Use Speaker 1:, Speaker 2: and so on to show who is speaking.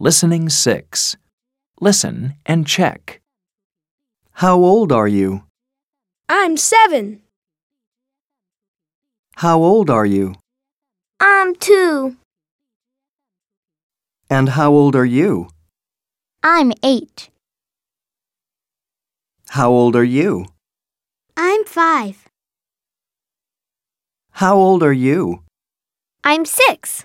Speaker 1: Listening 6. Listen and check.
Speaker 2: How old are you?
Speaker 3: I'm seven.
Speaker 2: How old are you?
Speaker 4: I'm two.
Speaker 2: And how old are you?
Speaker 4: I'm eight.
Speaker 2: How old are you?
Speaker 4: I'm five.
Speaker 2: How old are you?
Speaker 4: I'm six.